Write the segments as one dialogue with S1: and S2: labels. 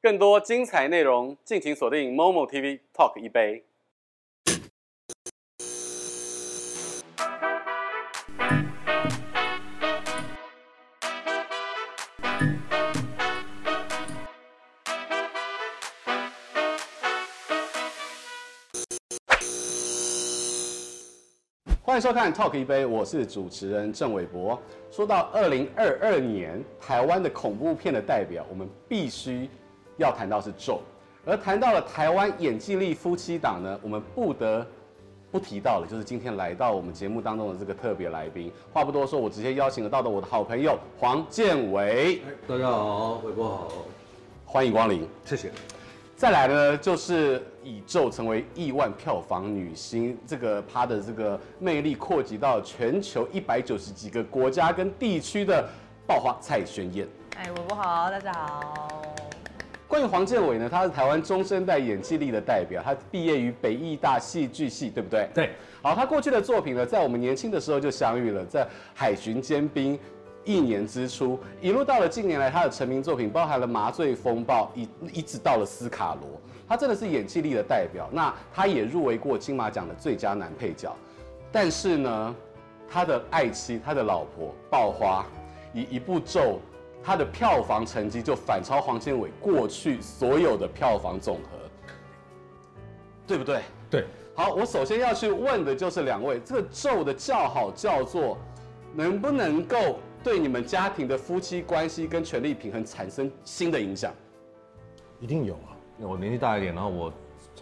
S1: 更多精彩内容，敬请锁定 Momo TV Talk 一杯。欢迎收看 Talk 一杯，我是主持人郑伟博。说到二零二二年台湾的恐怖片的代表，我们必须要谈到是咒。而谈到了台湾演技力夫妻档呢，我们不得不提到了，就是今天来到我们节目当中的这个特别来宾。话不多说，我直接邀请得到的我的好朋友黄建伟，
S2: 哎大家好，伟博好，
S1: 欢迎光临。
S2: 谢谢。
S1: 再来呢，就是以宙成为亿万票房女星，这个她的这个魅力扩及到全球一百九十几个国家跟地区的爆花蔡宣燕。
S3: 哎，我不好，大家好。
S1: 关于黄建伟呢，他是台湾中生代演技力的代表，他毕业于北艺大戏剧系，对不对？
S2: 对，
S1: 好，他过去的作品呢，在我们年轻的时候就相遇了，在《海巡尖兵》。一年之初，一路到了近年来，他的成名作品包含了《麻醉风暴》，一一直到了《斯卡罗》，他真的是演技力的代表。那他也入围过金马奖的最佳男配角，但是呢，他的爱妻，他的老婆爆花，以一部咒，他的票房成绩就反超黄建伟过去所有的票房总和，对不对？
S2: 对，
S1: 好，我首先要去问的就是两位，这个咒的叫好叫座，能不能够对你们家庭的夫妻关系跟权力平衡产生新的影响？
S4: 一定有啊。
S2: 因为我年纪大一点，然后我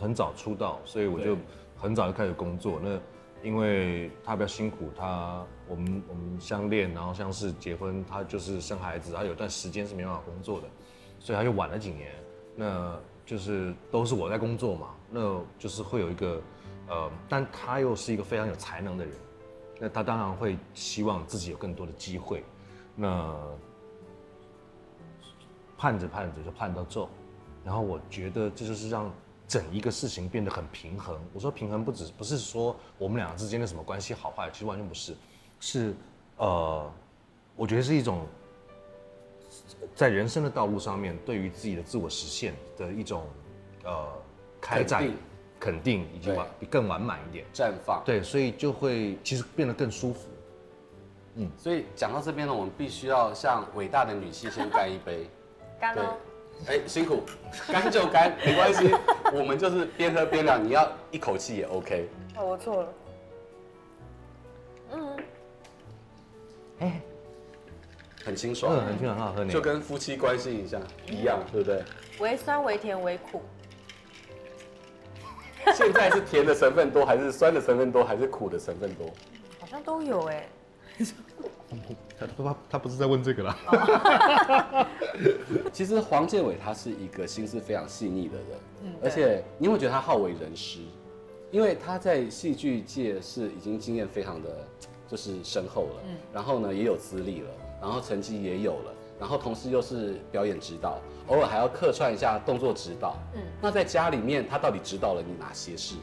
S2: 很早出道，所以我就很早就开始工作。那因为他比较辛苦，他我们我们相恋，然后像是结婚，他就是生孩子，他有段时间是没办法工作的，所以他就晚了几年。那就是都是我在工作嘛，那就是会有一个呃，但他又是一个非常有才能的人，那他当然会希望自己有更多的机会。那盼着盼着就盼到咒，然后我觉得这就是让整一个事情变得很平衡。我说平衡不只不是说我们两个之间的什么关系好坏，其实完全不是，是呃，我觉得是一种在人生的道路上面对于自己的自我实现的一种呃开展
S1: 肯定
S2: 肯定以及
S1: 对
S2: 完更完满一点。
S1: 绽放。
S2: 对，所以就会其实变得更舒服。
S1: 所以讲到这边呢，我们必须要向伟大的女性先干一杯。
S3: 干
S1: 对
S3: 喽！，
S1: 哎，辛苦，干就干，没关 系。我们就是边喝边聊，你要一口气也 OK。
S3: 哦，我错了。嗯，
S1: 很清爽，
S2: 嗯，很嗯清爽，很好喝呢。
S1: 就跟夫妻关系一下一样，对不对？
S3: 微酸、微甜、微苦，
S1: 现在是甜的成分多，还是酸的成分多，还是苦的成分多？
S3: 好像都有哎。
S4: 他他他不是在问这个啦。
S1: 其实黄建伟他是一个心思非常细腻的人，
S3: 嗯
S1: 而且你会觉得他好为人师，因为他在戏剧界是已经经验非常的就是深厚了，
S3: 嗯
S1: 然后呢也有资历了，然后成绩也有了，然后同时又是表演指导，偶尔还要客串一下动作指导，嗯，那在家里面他到底指导了你哪些事？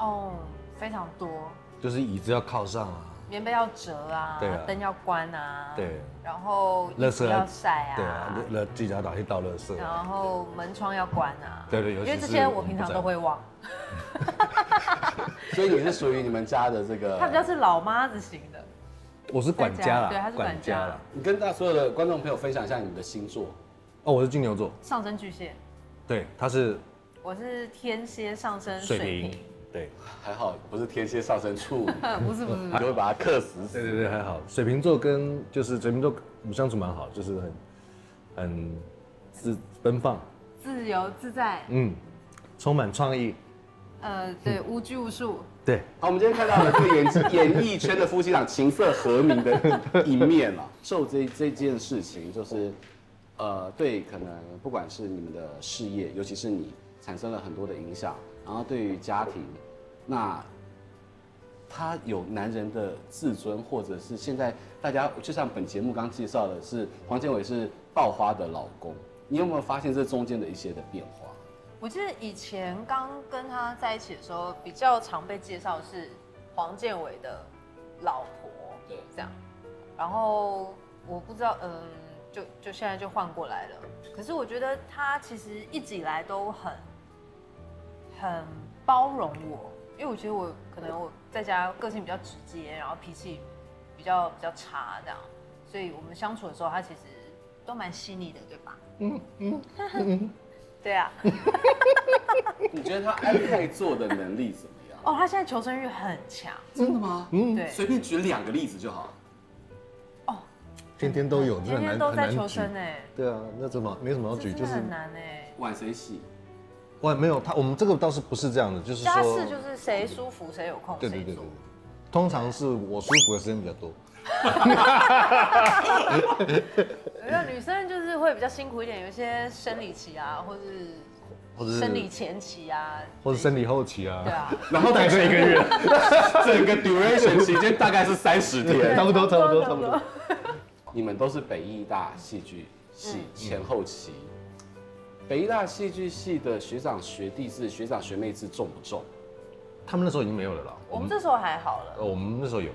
S3: 哦，非常多，
S2: 就是椅子要靠上啊，
S3: 棉被要折啊
S2: 对啊，
S3: 灯要关啊，
S2: 对，
S3: 然后
S2: 垃
S3: 衣
S2: 圾
S3: 服要晒
S2: 对啊
S3: 啊，，哦
S2: 那自己要打去倒垃圾。
S3: 然后门窗要关啊。
S2: 对对尤
S3: 因
S2: 其
S3: 为这
S2: 是
S3: 些
S2: 我
S3: 我
S2: 们
S3: 平
S2: 不
S3: 常
S2: 在
S3: 都
S2: 乎
S3: 会忘。
S1: 所以你是属于你们家的这个，
S3: 他比较是老妈子型的，
S2: 我是管家啦，
S3: 在家对他是管家
S2: 啦。
S1: 你跟大家所有的观众朋友分享一下你们的星座，
S2: 哦，我是金牛座，
S3: 上升巨蟹。
S2: 对，他是
S3: 我是天蝎上升
S2: 水
S3: 水
S2: 瓶
S3: 瓶，，
S2: 对，
S1: 还好不是天蝎上升处 女，
S3: 呃，不是不是，
S1: 你就会把他克死死。
S2: 对对对，还好。水瓶座跟就是水瓶座，我们相处蛮好，就是很很自奔放，
S3: 自由自在，
S2: 嗯，充满创意，
S3: 呃，对，无拘无束，
S2: 对，
S1: 好，我们今天看到了这个演演艺圈的夫妻档琴瑟和鸣的一面 啊。受这这件事情，就是呃，对可能不管是你们的事业，尤其是你，产生了很多的影响。然后对于家庭，那他有男人的自尊，或者是现在大家就像本节目刚介绍的是黄建伟是爆花的老公，你有没有发现这中间的一些的变化？
S3: 我记得以前刚跟他在一起的时候，比较常被介绍是黄建伟的老婆，
S1: 对
S3: 这样。然后我不知道，嗯，就就现在就换过来了。可是我觉得他其实一直以来都很很包容我，因为我觉得我可能我在家个性比较直接，然后脾气比较比较差这样，所以我们相处的时候，他其实都蛮细腻的，对吧？嗯嗯， 对啊。
S1: 你觉得他安泰做的能力怎么样？
S3: 哦，他现在求生欲很强，
S1: 真的吗？
S2: 嗯
S3: 对，
S1: 随便举两个例子就好。
S4: 天天都有，这
S3: 天
S4: 很
S3: 天
S4: 难
S3: 都
S4: 很
S3: 在
S4: 难
S3: 求
S4: 举
S3: 生。哎、
S2: 对啊，那怎么没什么要
S3: 这
S2: 举，
S3: 真
S2: 就
S3: 的
S2: 是
S3: 很难哎、
S1: 晚谁洗？
S2: 哇，没有他，我们这个倒是不是这样的，就是
S3: 家
S2: 说
S3: 事就是谁舒服谁有空
S2: 对对
S3: 谁
S2: 对对
S3: 做
S2: 对，，通常是我舒服的时间比较多。
S3: 没有女生就是会比较辛苦一点，有一些生理期啊，或
S2: 或者
S3: 是
S2: 是
S3: 生理前期啊，
S2: 或者生理后期啊，
S3: 对啊，
S1: 然后待这一个月，整个 duration 期间大概是三十天。
S4: 差不多差
S3: 啊
S4: 不多差不多。
S1: 你们都是北艺大戏剧系前后期，
S2: 嗯
S1: 北艺大戏剧系的学长学弟制、学长学妹制重不重？
S2: 他们那时候已经没有了啦。
S3: 我们这时候还好了，
S2: 呃我们那时候有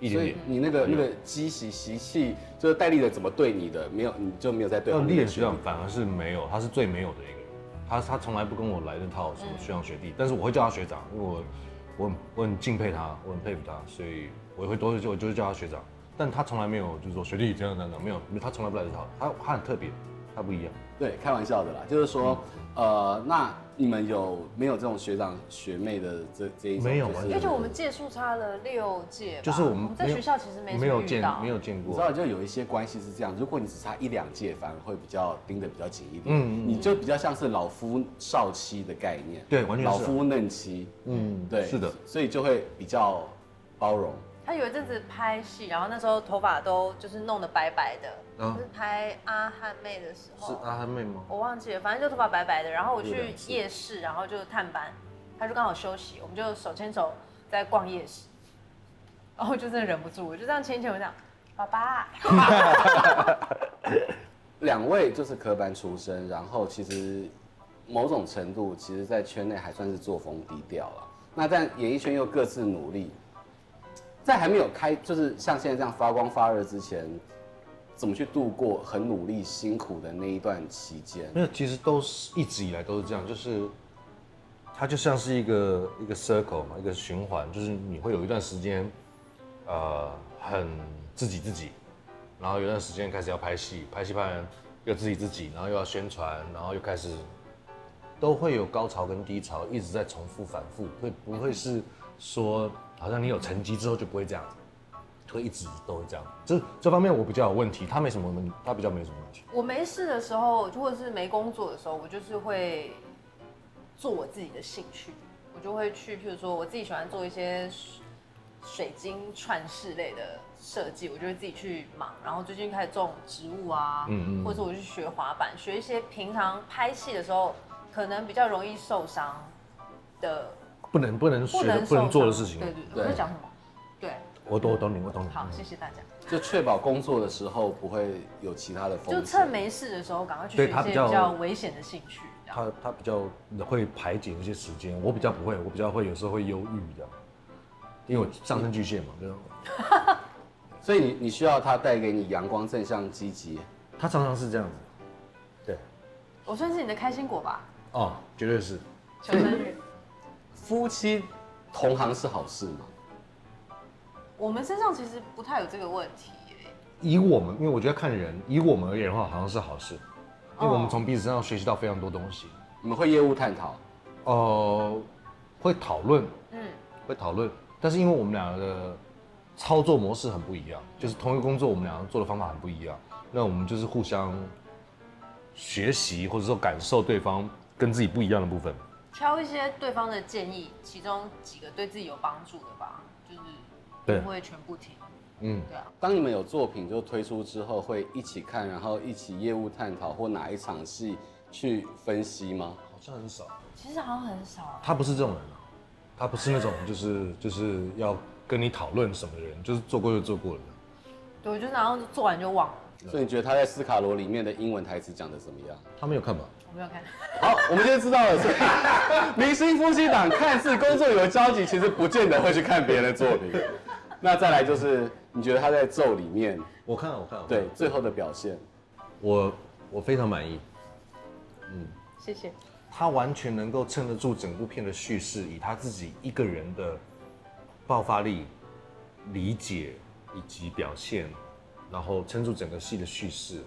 S2: 一
S1: 所以
S2: 点点，
S1: 你那个那个积习习气，就是戴立的怎么对你的，没有你就没有在对
S2: 要
S1: 旁
S2: 历
S1: 边
S2: 练啊
S1: 的学
S2: 学
S1: 弟
S2: 长反而哦是没有，他是最没有的一个人，他他从来不跟我来那套什
S3: 嗯
S2: 么学长学弟，但是我会叫他学长，因为我我很我很敬佩他，我很佩服他，所以我会多就我就是叫他学长，但他从来没有就是说学弟这样这样这样没有，他从来不来这套，他他很特别，他不一样。
S1: 对，开玩笑的啦，就是说，
S2: 嗯
S1: 呃，那你们有没有这种学长学妹的这这一种？
S2: 没有
S1: 就是
S2: 完
S3: 啊因
S2: 全
S3: 为就我们届数差了六届吧，
S2: 就是我们
S3: 在
S2: 没有
S3: 学校其实没什么
S2: 没有
S3: 遇
S2: 见
S3: 到
S2: 没有见
S1: 你知
S2: 过，
S1: 道，就有一些关系是这样，如果你只差一两届，反而会比较盯得比较紧一点。
S2: 嗯
S1: 你就比较像是老夫少妻的概念，
S2: 对完全是啊
S1: 老夫嫩妻，
S2: 嗯，
S1: 对，
S2: 是的，
S1: 所以就会比较包容。
S3: 他有一阵子拍戏，然后那时候头发都就是弄得白白的，
S2: 嗯
S3: 就是拍阿汉妹的时
S2: 是
S3: 候，
S2: 阿汉妹吗？
S3: 我忘记了，反正就头发白白的。然后我
S2: 有
S3: 去
S2: 点是
S3: 夜市，然后就探班，他就刚好休息，我们就手牵手在逛夜市，然后我就真的忍不住，我就这样牵一牵，我就这样，爸爸，
S1: 两位就是科班出身，然后其实某种程度，其实在圈内还算是作风低调了。那但演艺圈又各自努力，在还没有开，就是像现在这样发光发热之前，怎么去度过很努力辛苦的那一段期间？
S2: 没有，其实都是一直以来都是这样，就是它就像是一个一个 circle 嘛，一个循环，就是你会有一段时间，呃，很自己自己，然后有一段时间开始要拍戏，拍戏拍完又自己自己，然后又要宣传，然后又开始都会有高潮跟低潮，一直在重复反复，会不会是说好像你有成绩之后就不会这样子？会一直都会这样，这这方面我比较有问题，他没什么问题，他比较没什么问题。
S3: 我没事的时候，或者是没工作的时候，我就是会做我自己的兴趣，我就会去，譬如说我自己喜欢做一些水水晶串饰类的设计，我就会自己去忙。然后最近开始种植物啊，
S2: 嗯嗯嗯
S3: 或者是我去学滑板，学一些平常拍戏的时候可能比较容易受伤的，
S2: 不能不能学
S3: 不
S2: 的
S3: 能
S2: 不能
S3: 受
S2: 做的
S3: 伤
S2: 事情。嗯
S3: 对对对，
S1: 对
S3: 我会讲什么？对，
S2: 我懂我懂你，我懂你。
S3: 好，谢谢大家。
S1: 就确保工作的时候不会有其他的风
S3: 就
S1: 险。
S3: 趁没事的时候，赶快去学
S2: 对
S3: 一
S2: 他
S3: 些
S2: 比
S3: 比
S2: 较
S3: 较危险的兴趣。这样
S2: 他他比较会排解这些时间，我比较不会，我比较会有时候会忧郁这样，因为我上升巨蟹嘛，就是
S1: 所以你你需要他带给你阳光、正向、积极。
S2: 他常常是这样子。对，
S3: 我算是你的开心果吧，
S2: 哦，绝对是。
S3: 求生欲。
S1: 夫妻同行是好事吗？
S3: 我们身上其实不太有这个问题耶、
S2: 以我们，因为我觉得看人，以我们而言的话，好像是好事，因为我
S3: 哦
S2: 们从彼此身上学习到非常多东西。
S1: 你们会业务探讨，
S2: 呃，会讨论，
S3: 嗯，
S2: 会讨论，但是因为我们两个的操作模式很不一样，就是同一个工作，我们两个做的方法很不一样。那我们就是互相学习，或者说感受对方跟自己不一样的部分。
S3: 挑一些对方的建议，其中几个对自己有帮助的吧，就是
S2: 对
S3: 不会全部听。
S2: 嗯，
S3: 对啊，
S1: 当你们有作品就推出之后，会一起看，然后一起业务探讨或哪一场戏去分析吗？
S2: 好像很少。
S3: 其实好像很少。
S2: 他不是这种人啊，他不是那种就是就是要跟你讨论什么的人，就是做过就做过了。
S3: 对，我就然后做完就忘了，
S1: 所以你觉得他在斯卡罗里面的英文台词讲的怎么样？
S2: 他没有看吧？
S3: 我没有看。
S1: 好，我们就知道了。所以明星夫妻档看似工作有交集，其实不见得会去看别人的作品。那再来就是，你觉得他在咒里面
S2: 我看了，我看了。我看
S1: 对
S2: 了
S1: 最后的表现，
S2: 我我非常满意，
S3: 谢谢。
S2: 他完全能够撑得住整部片的叙事，以他自己一个人的爆发力、理解以及表现，然后撑住整个戏的叙事。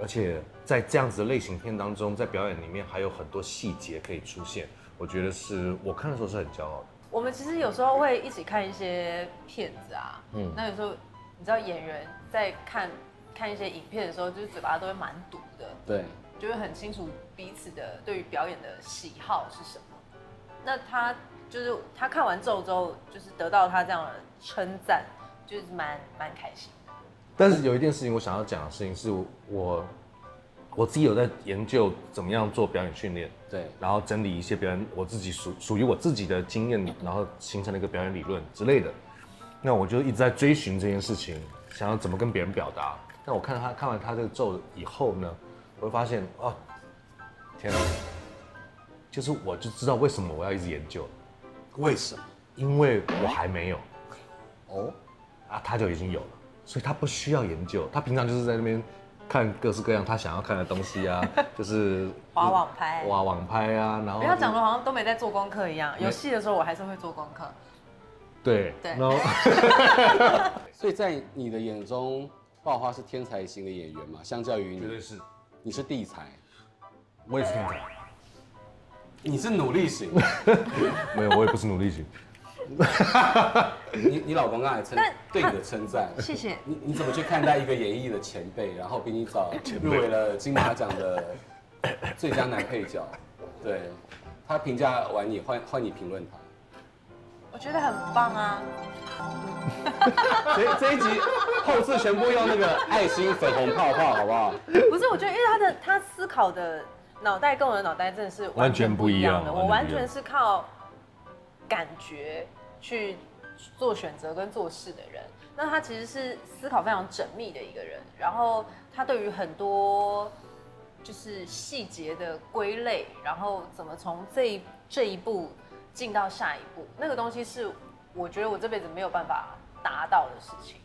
S2: 而且在这样子的类型片当中，在表演里面还有很多细节可以出现，我觉得是我看的时候是很骄傲的。
S3: 我们其实有时候会一起看一些片子啊，嗯，那有时候你知道演员在看看一些影片的时候，就是嘴巴都会蛮毒的，
S1: 对，
S3: 就会很清楚彼此的对于表演的喜好是什么。那他就是他看完咒之后，就是得到他这样的称赞，就是蛮蛮开心的。
S2: 但是有一件事情我想要讲的事情是我我自己有在研究怎么样做表演训练，
S1: 对，
S2: 然后整理一些表演我自己属属于我自己的经验，然后形成了一个表演理论之类的。那我就一直在追寻这件事情，想要怎么跟别人表达。但我看他看完他这个咒以后呢，我会发现啊，天啊，就是我就知道为什么我要一直研究，
S1: 为什么？
S2: 因为我还没有。
S1: 哦，
S2: 啊，他就已经有了，所以他不需要研究。他平常就是在那边看各式各样他想要看的东西啊，就是
S3: 划网拍
S2: 挖网拍啊，然后
S3: 哎不要讲的好像都没在做功课一样，
S2: 没
S3: 有戏的时候我还是会做功课。
S2: 对
S3: 对
S2: 然后
S1: 所以在你的眼中，爆花是天才型的演员嘛？相较于
S2: 绝对
S1: 你，
S2: 是，
S1: 你是地才，
S2: 我也是天才，
S1: 你是努力型。
S2: 没有，我也不是努力型，
S1: 你你老公刚才称
S3: 但
S1: 对
S3: 他
S1: 你的称赞，
S3: 谢谢
S1: 你你怎么去看待一个演艺的前辈，然后比你早入围了金马奖的最佳男配角？ 对，他评价完你，换换你评论他。
S3: 我觉得很棒啊，
S1: 这这一集后置全部用那个爱心粉红泡泡，好不好？
S3: 不是，我觉得因为他的他思考的脑袋跟我的脑袋真的是
S2: 完全不一样完全
S3: 的，
S2: 不一样
S3: 我完全是靠感觉去做选择跟做事的人。那他其实是思考非常缜密的一个人，然后他对于很多就是细节的归类，然后怎么从这一这一步进到下一步，那个东西是我觉得我这辈子没有办法达到的事情。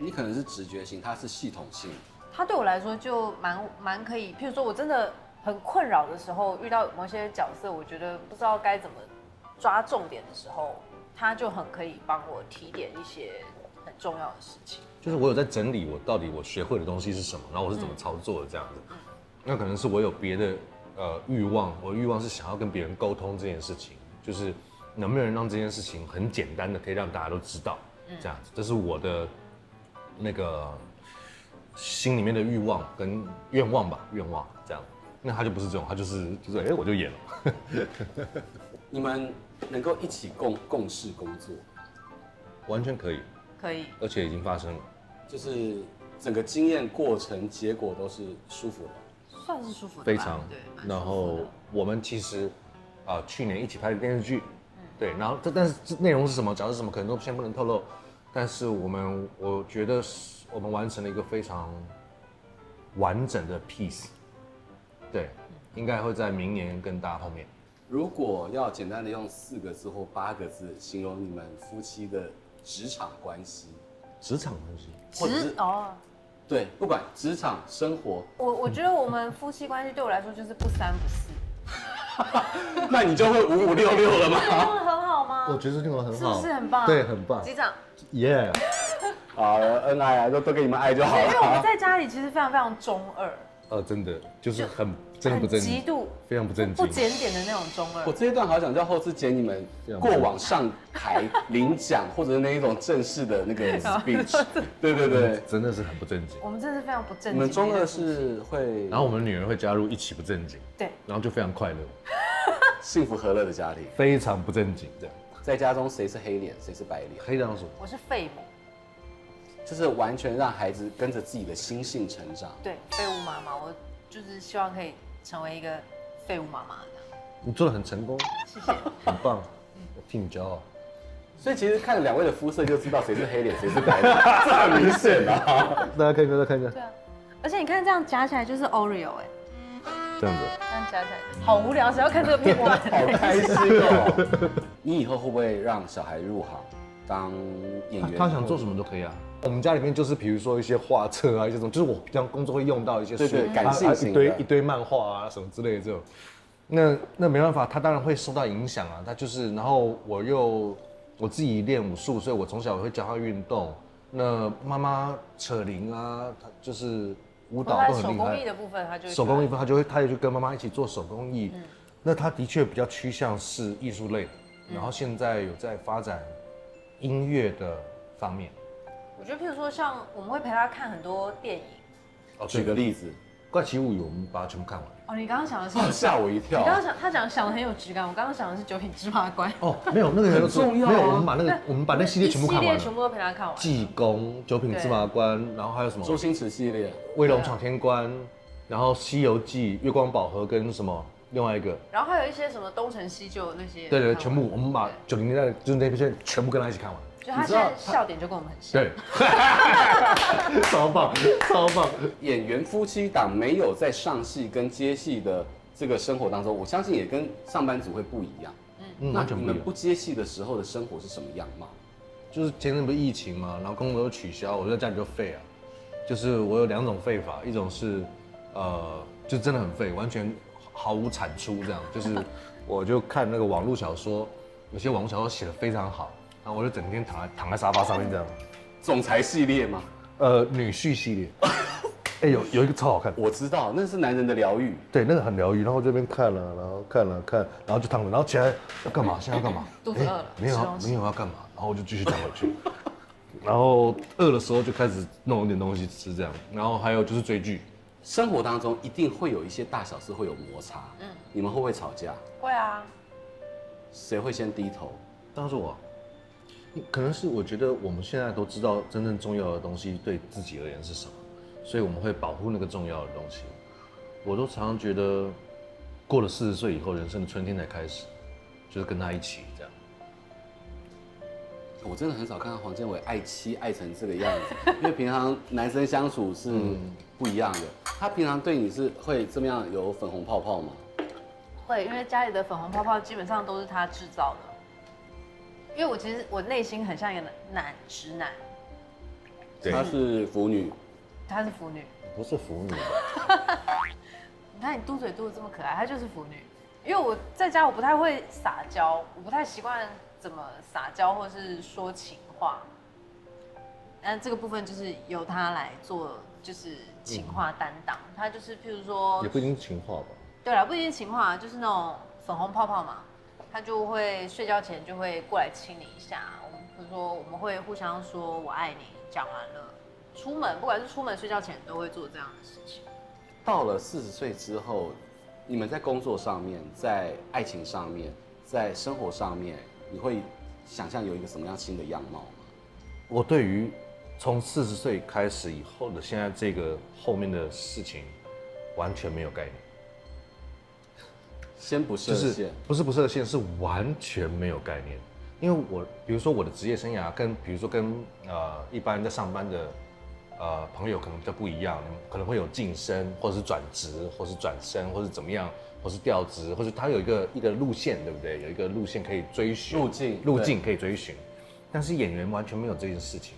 S1: 你可能是直觉型，他是系统性。
S3: 他对我来说就蛮蛮可以，譬如说我真的很困扰的时候，遇到某些角色，我觉得不知道该怎么抓重点的时候，他就很可以帮我提点一些很重要的事情。
S2: 就是我有在整理我到底我学会的东西是什么，然后我是怎么操作的这样子。
S3: 嗯
S2: 那可能是我有别的呃欲望，我的欲望是想要跟别人沟通这件事情，就是能不能让这件事情很简单的可以让大家都知道，
S3: 嗯
S2: 这样子，这是我的那个心里面的欲望跟愿望吧，愿望这样。那他就不是这种，他就是就是哎、我就演了。
S1: 你们能够一起共共事工作，
S2: 完全可以，
S3: 可以，
S2: 而且已经发生了。
S1: 就是整个经验过程结果都是舒服的。
S3: 算是舒服的吧，
S2: 非常
S3: 对，蛮舒服的
S2: 然后我们其实啊、呃去年一起拍的电视剧，
S3: 嗯
S2: 对，然后但但是这内容是什么，讲是什么，可能都先不能透露。但是我们我觉得是我们完成了一个非常完整的 piece，对，
S3: 嗯
S2: 应该会在明年跟大家碰面。
S1: 如果要简单的用四个字或八个字形容你们夫妻的职场关系，
S2: 职场关系，
S1: 或者是
S3: 直哦。
S1: 对，不管职场、生活，
S3: 我我觉得我们夫妻关系对我来说就是不三不四，
S1: 那你就会五五六六了吗？
S3: 用的很好吗？
S4: 哦我觉得这个很
S3: 是
S4: 好，
S3: 不是很棒？
S4: 对，很棒，
S3: 机长，
S4: 耶！
S1: 好，恩爱啊，都都给你们爱就好
S3: 因为我们
S1: 了。
S3: 在家里其实非常非常中二，
S2: 呃，真的就是很真的不
S3: 很
S2: 正
S3: 极
S2: 经，
S3: 度
S2: 非常不正
S3: 不
S2: 经。
S3: 检点的那种中二
S1: 我。这一段好想叫后置剪你们过往上台领奖或者是那一种正式的那 个 speech，对对对，
S2: 真的是很不正经。
S3: 我们真的是非常不正经。
S1: 你们中二是会
S2: 然后我们女儿会加入一起不正经，
S3: 对，
S2: 然后就非常快乐，
S1: 幸福和乐的家庭，
S2: 非常不正经这样。
S1: 在家中谁是黑脸谁是白脸，
S2: 黑这样说，
S3: 我是废母，
S1: 就是完全让孩子跟着自己的心性成长。
S3: 对，废物妈妈，我就是希望可以成为一个废物妈妈的。
S2: 你做的很成功，
S3: 谢谢。
S2: 很棒，我替你骄傲。
S1: 所以其实看两位的肤色就知道谁是黑脸谁是白脸，这很明显啊。
S4: 大家看一下，大家看一下，
S3: 对啊，而且你看这样夹起来就是 Oreo 哎、
S2: 这样子，
S3: 这样夹起来好无聊，谁要看这个片 段？
S1: 好开心哦！你以后会不会让小孩入行当演员？
S2: 他想做什么都可以啊，我们家里面就是比如说一些画册啊，这种就是我平常工作会用到一些
S1: 对
S2: 书，
S1: 对
S2: 啊
S1: 感性
S2: 啊
S1: 型
S2: 一
S1: 的
S2: 堆一堆漫画啊什么之类的这种。那那没办法，他当然会受到影响啊。他就是，然后我又我自己练武术，所以我从小会教他运动。那妈妈扯铃啊，他就是舞蹈
S3: 他
S2: 都很
S3: 手
S2: 厉
S3: 工
S2: 害
S3: 艺。的部分，他就嗯
S2: 手工艺，他就会，他也去跟妈妈一起做手工艺。那他的确比较趋向是艺术类的，
S3: 嗯
S2: 然后现在有在发展音乐的方面。
S3: 我觉得，譬如说像我们会陪他看很多电影。
S2: 哦，
S1: 举个例子，
S2: 《怪奇物语》，我们把它全部看完。
S3: 哦，你刚刚想的是，
S1: 哦
S3: 你
S1: 吓我一跳
S3: 刚。刚想他讲想的很有质感，我刚刚想的是九品芝麻官。
S2: 哦，没有那个
S1: 很重要啊
S2: 没有我们把那个我们把那 系列全部看
S3: 一系
S2: 完
S3: 列全
S2: 了。
S3: 部都陪他看完。
S2: 济公、九品芝麻官，然后还有什么
S1: 周星驰系列，
S2: 威龙闯天关，然后《西游记》、月光宝盒跟什么另外一个，
S3: 然后还有一些什么东成西就那些，
S2: 对对，
S3: 看完
S2: 全部我们把九零年代的就是那部片全部跟他一起看完。
S3: 就他
S1: 你知
S3: 现
S1: 道
S3: 在笑点就跟我们很像。
S2: 对，超棒，超棒。
S1: 演员夫妻档没有在上戏跟接戏的这个生活当中，我相信也跟上班族会不一样。
S2: 嗯，
S1: 那
S2: 完全
S1: 你
S2: 不一
S1: 们
S2: 样。
S1: 不接戏的时候的生活是什么样貌？
S2: 就是前阵不是疫情嘛，然后工作都取消，我在家里就废啊。就是我有两种废法，一种是，呃，就真的很废，完全毫无产出这样。就是我就看那个网络小说，有些网络小说写的非常好，然后我就整天躺在躺在沙发上面这样。
S1: 总裁系列嘛，
S2: 呃，女婿系列， 哎、有有一个超好看，
S1: 我知道那是男人的疗愈。
S2: 对，那个很疗愈。然后这边看了，然后看了看，然后就躺着，然后起来要干 嘛？现在要干嘛？
S3: 肚子饿了
S2: 没有
S3: 吃
S2: 啊
S3: 东西
S2: 没有要干嘛？然后我就继续躺回去。 然后饿的时候就开始弄一点东西吃，这样。然后还有就是追剧，
S1: 生活当中一定会有一些大小事会有摩擦，嗯，你们会不会吵架？
S3: 会啊，
S1: 谁会先低头？
S2: 当然是我。啊可能是我觉得我们现在都知道真正重要的东西对自己而言是什么，所以我们会保护那个重要的东西。我都常常觉得，过了四十岁以后，人生的春天才开始，就是跟他一起这样。
S1: 我真的很少看到黄建伟爱妻爱成这个样 子，因为平常男生相处是不一样的。他平常对你是会这么样有粉红泡泡吗？
S3: 会，因为家里的粉红泡泡基本上都是他制造的。因为我其实我内心很像一个男男直男，
S2: 对
S1: 他是腐女，
S3: 他是腐女。
S2: 不是腐女，
S3: 你看你嘟嘴嘟的这么可爱，他就是腐女。因为我在家我不太会撒娇，我不太习惯怎么撒娇或是说情话。但这个部分就是由他来做，就是情话担当。他就是譬如说
S2: 也不一定是情话吧。
S3: 对啊了，不一定情话，就是那种粉红泡泡嘛，他就会睡觉前就会过来亲你一下。啊我们比如说我们会互相说我爱你，讲完了，出门不管是出门睡觉前都会做这样的事情。
S1: 到了四十岁之后，你们在工作上面，在爱情上面，在生活上面，你会想象有一个什么样新的样貌吗？
S2: 我对于从四十岁开始以后的现在这个后面的事情，完全没有概念，
S1: 先不设
S2: 就
S1: 限，
S2: 是不是不设限，是完全没有概念。因为我比如说我的职业生涯跟比如说跟呃一般在上班的呃朋友可能比较不一样，可能会有晋升，或者是转职，或是转升，或是怎么样，或是调职，或是他有一个一个路线，对不对？有一个路线可以追寻
S1: 路径
S2: 路径可以追寻，但是演员完全没有这件事情，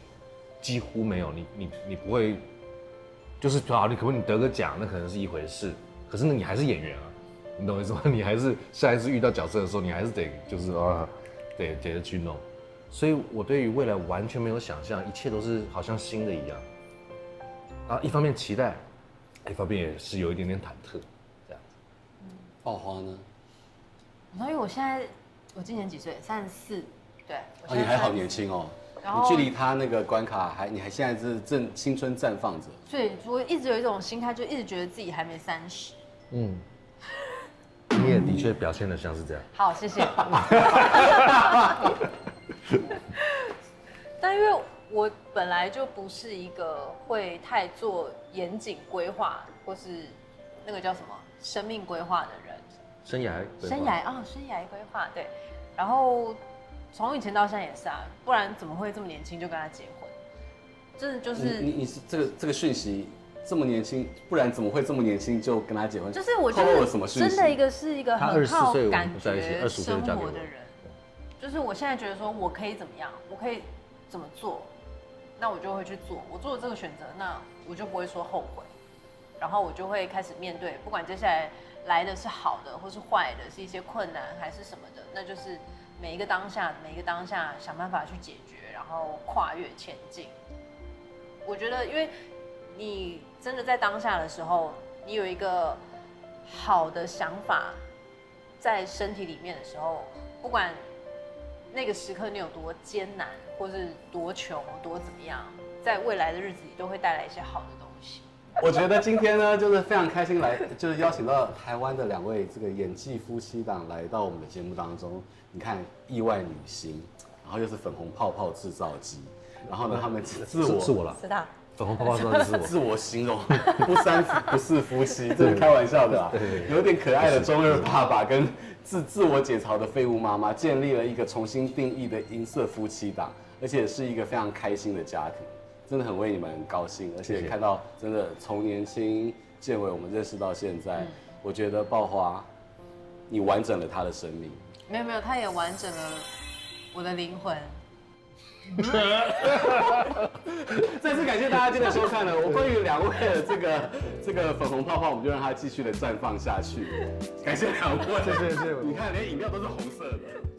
S2: 几乎没有。你你你不会，就是好，你可能你得个奖，那可能是一回事，可是呢，你还是演员啊，你懂我意思吗？ 你还是下一次遇到角色的时候，你还是得就是啊，得得去弄。所以我对于未来完全没有想象，一切都是好像新的一样。啊，一方面期待，一方面也是有一点点忐忑，这样子。
S1: 爆花呢？
S3: 然后因为我现在我今年几岁？三十四。对，我
S1: 啊，
S3: 现
S1: 你
S3: 在
S1: 还好
S3: 34
S1: 年轻哦，
S3: 然
S1: 你
S3: 后
S1: 距离他那个关卡还，你还现在是正青春绽放着。
S3: 所以我一直有一种心态，就一直觉得自己还没三十。
S2: 嗯，你也的确表现的像是这样。
S3: 好，谢谢。 但因为我本来就不是一个会太做严谨规划，或是那个叫什么生命规划的人，
S2: 生涯规划，
S3: 生涯啊、生涯规划对。然后从以前到现在也是啊，不然怎么会这么年轻就跟他结婚？真的就
S1: 你你
S3: 是，
S1: 你是这个这个讯息这么年轻，不然怎么会这么年轻就跟他结婚？
S3: 就是我觉
S1: 透露了什么
S3: 得
S1: 讯息？
S3: 真的一个是一个
S2: 他
S3: 很
S2: 24
S3: 靠
S2: 岁我们
S3: 感
S2: 不在一起
S3: 觉
S2: 25岁
S3: 生
S2: 就嫁给
S3: 活
S2: 我
S3: 的人。就是我现在觉得说，我可以怎么样，我可以怎么做，那我就会去做。我做了这个选择，那我就不会说后悔，然后我就会开始面对，不管接下来来的是好的或是坏的，是一些困难还是什么的，那就是每一个当下，每一个当下想办法去解决，然后跨越前进。我觉得，因为你真的在当下的时候，你有一个好的想法在身体里面的时候，不管那个时刻你有多艰难，或是多穷、多怎么样，在未来的日子里都会带来一些好的东西。
S1: 我觉得今天呢，就是非常开心来，就是邀请到台湾的两位这个演技夫妻档来到我们的节目当中。你看，意外女星，然后又是粉红泡泡制造机，然后呢，他们自我
S2: 是我啦，
S3: 是的，
S2: 粉红泡泡算是
S1: 自
S2: 我，
S1: 我形容不三不四夫妻，这是开玩笑的啦
S2: 对对。对
S1: 有点可爱的中二爸爸跟自自我解嘲的废物妈妈，建立了一个重新定义的银色夫妻档，而且是一个非常开心的家庭，真的很为你们高兴。而且
S2: 谢谢
S1: 看到真的从年轻建伟我们认识到现在，我觉得爆花，你完整了他的生命。
S3: 没有没有，他也完整了我的灵魂。
S1: 再次感谢大家今天的收 看呢。我关于两位的这个这个粉红泡泡，我们就让它继续的绽放下去。感谢两位，
S4: 谢谢谢谢
S1: 你看连饮料都是红色的。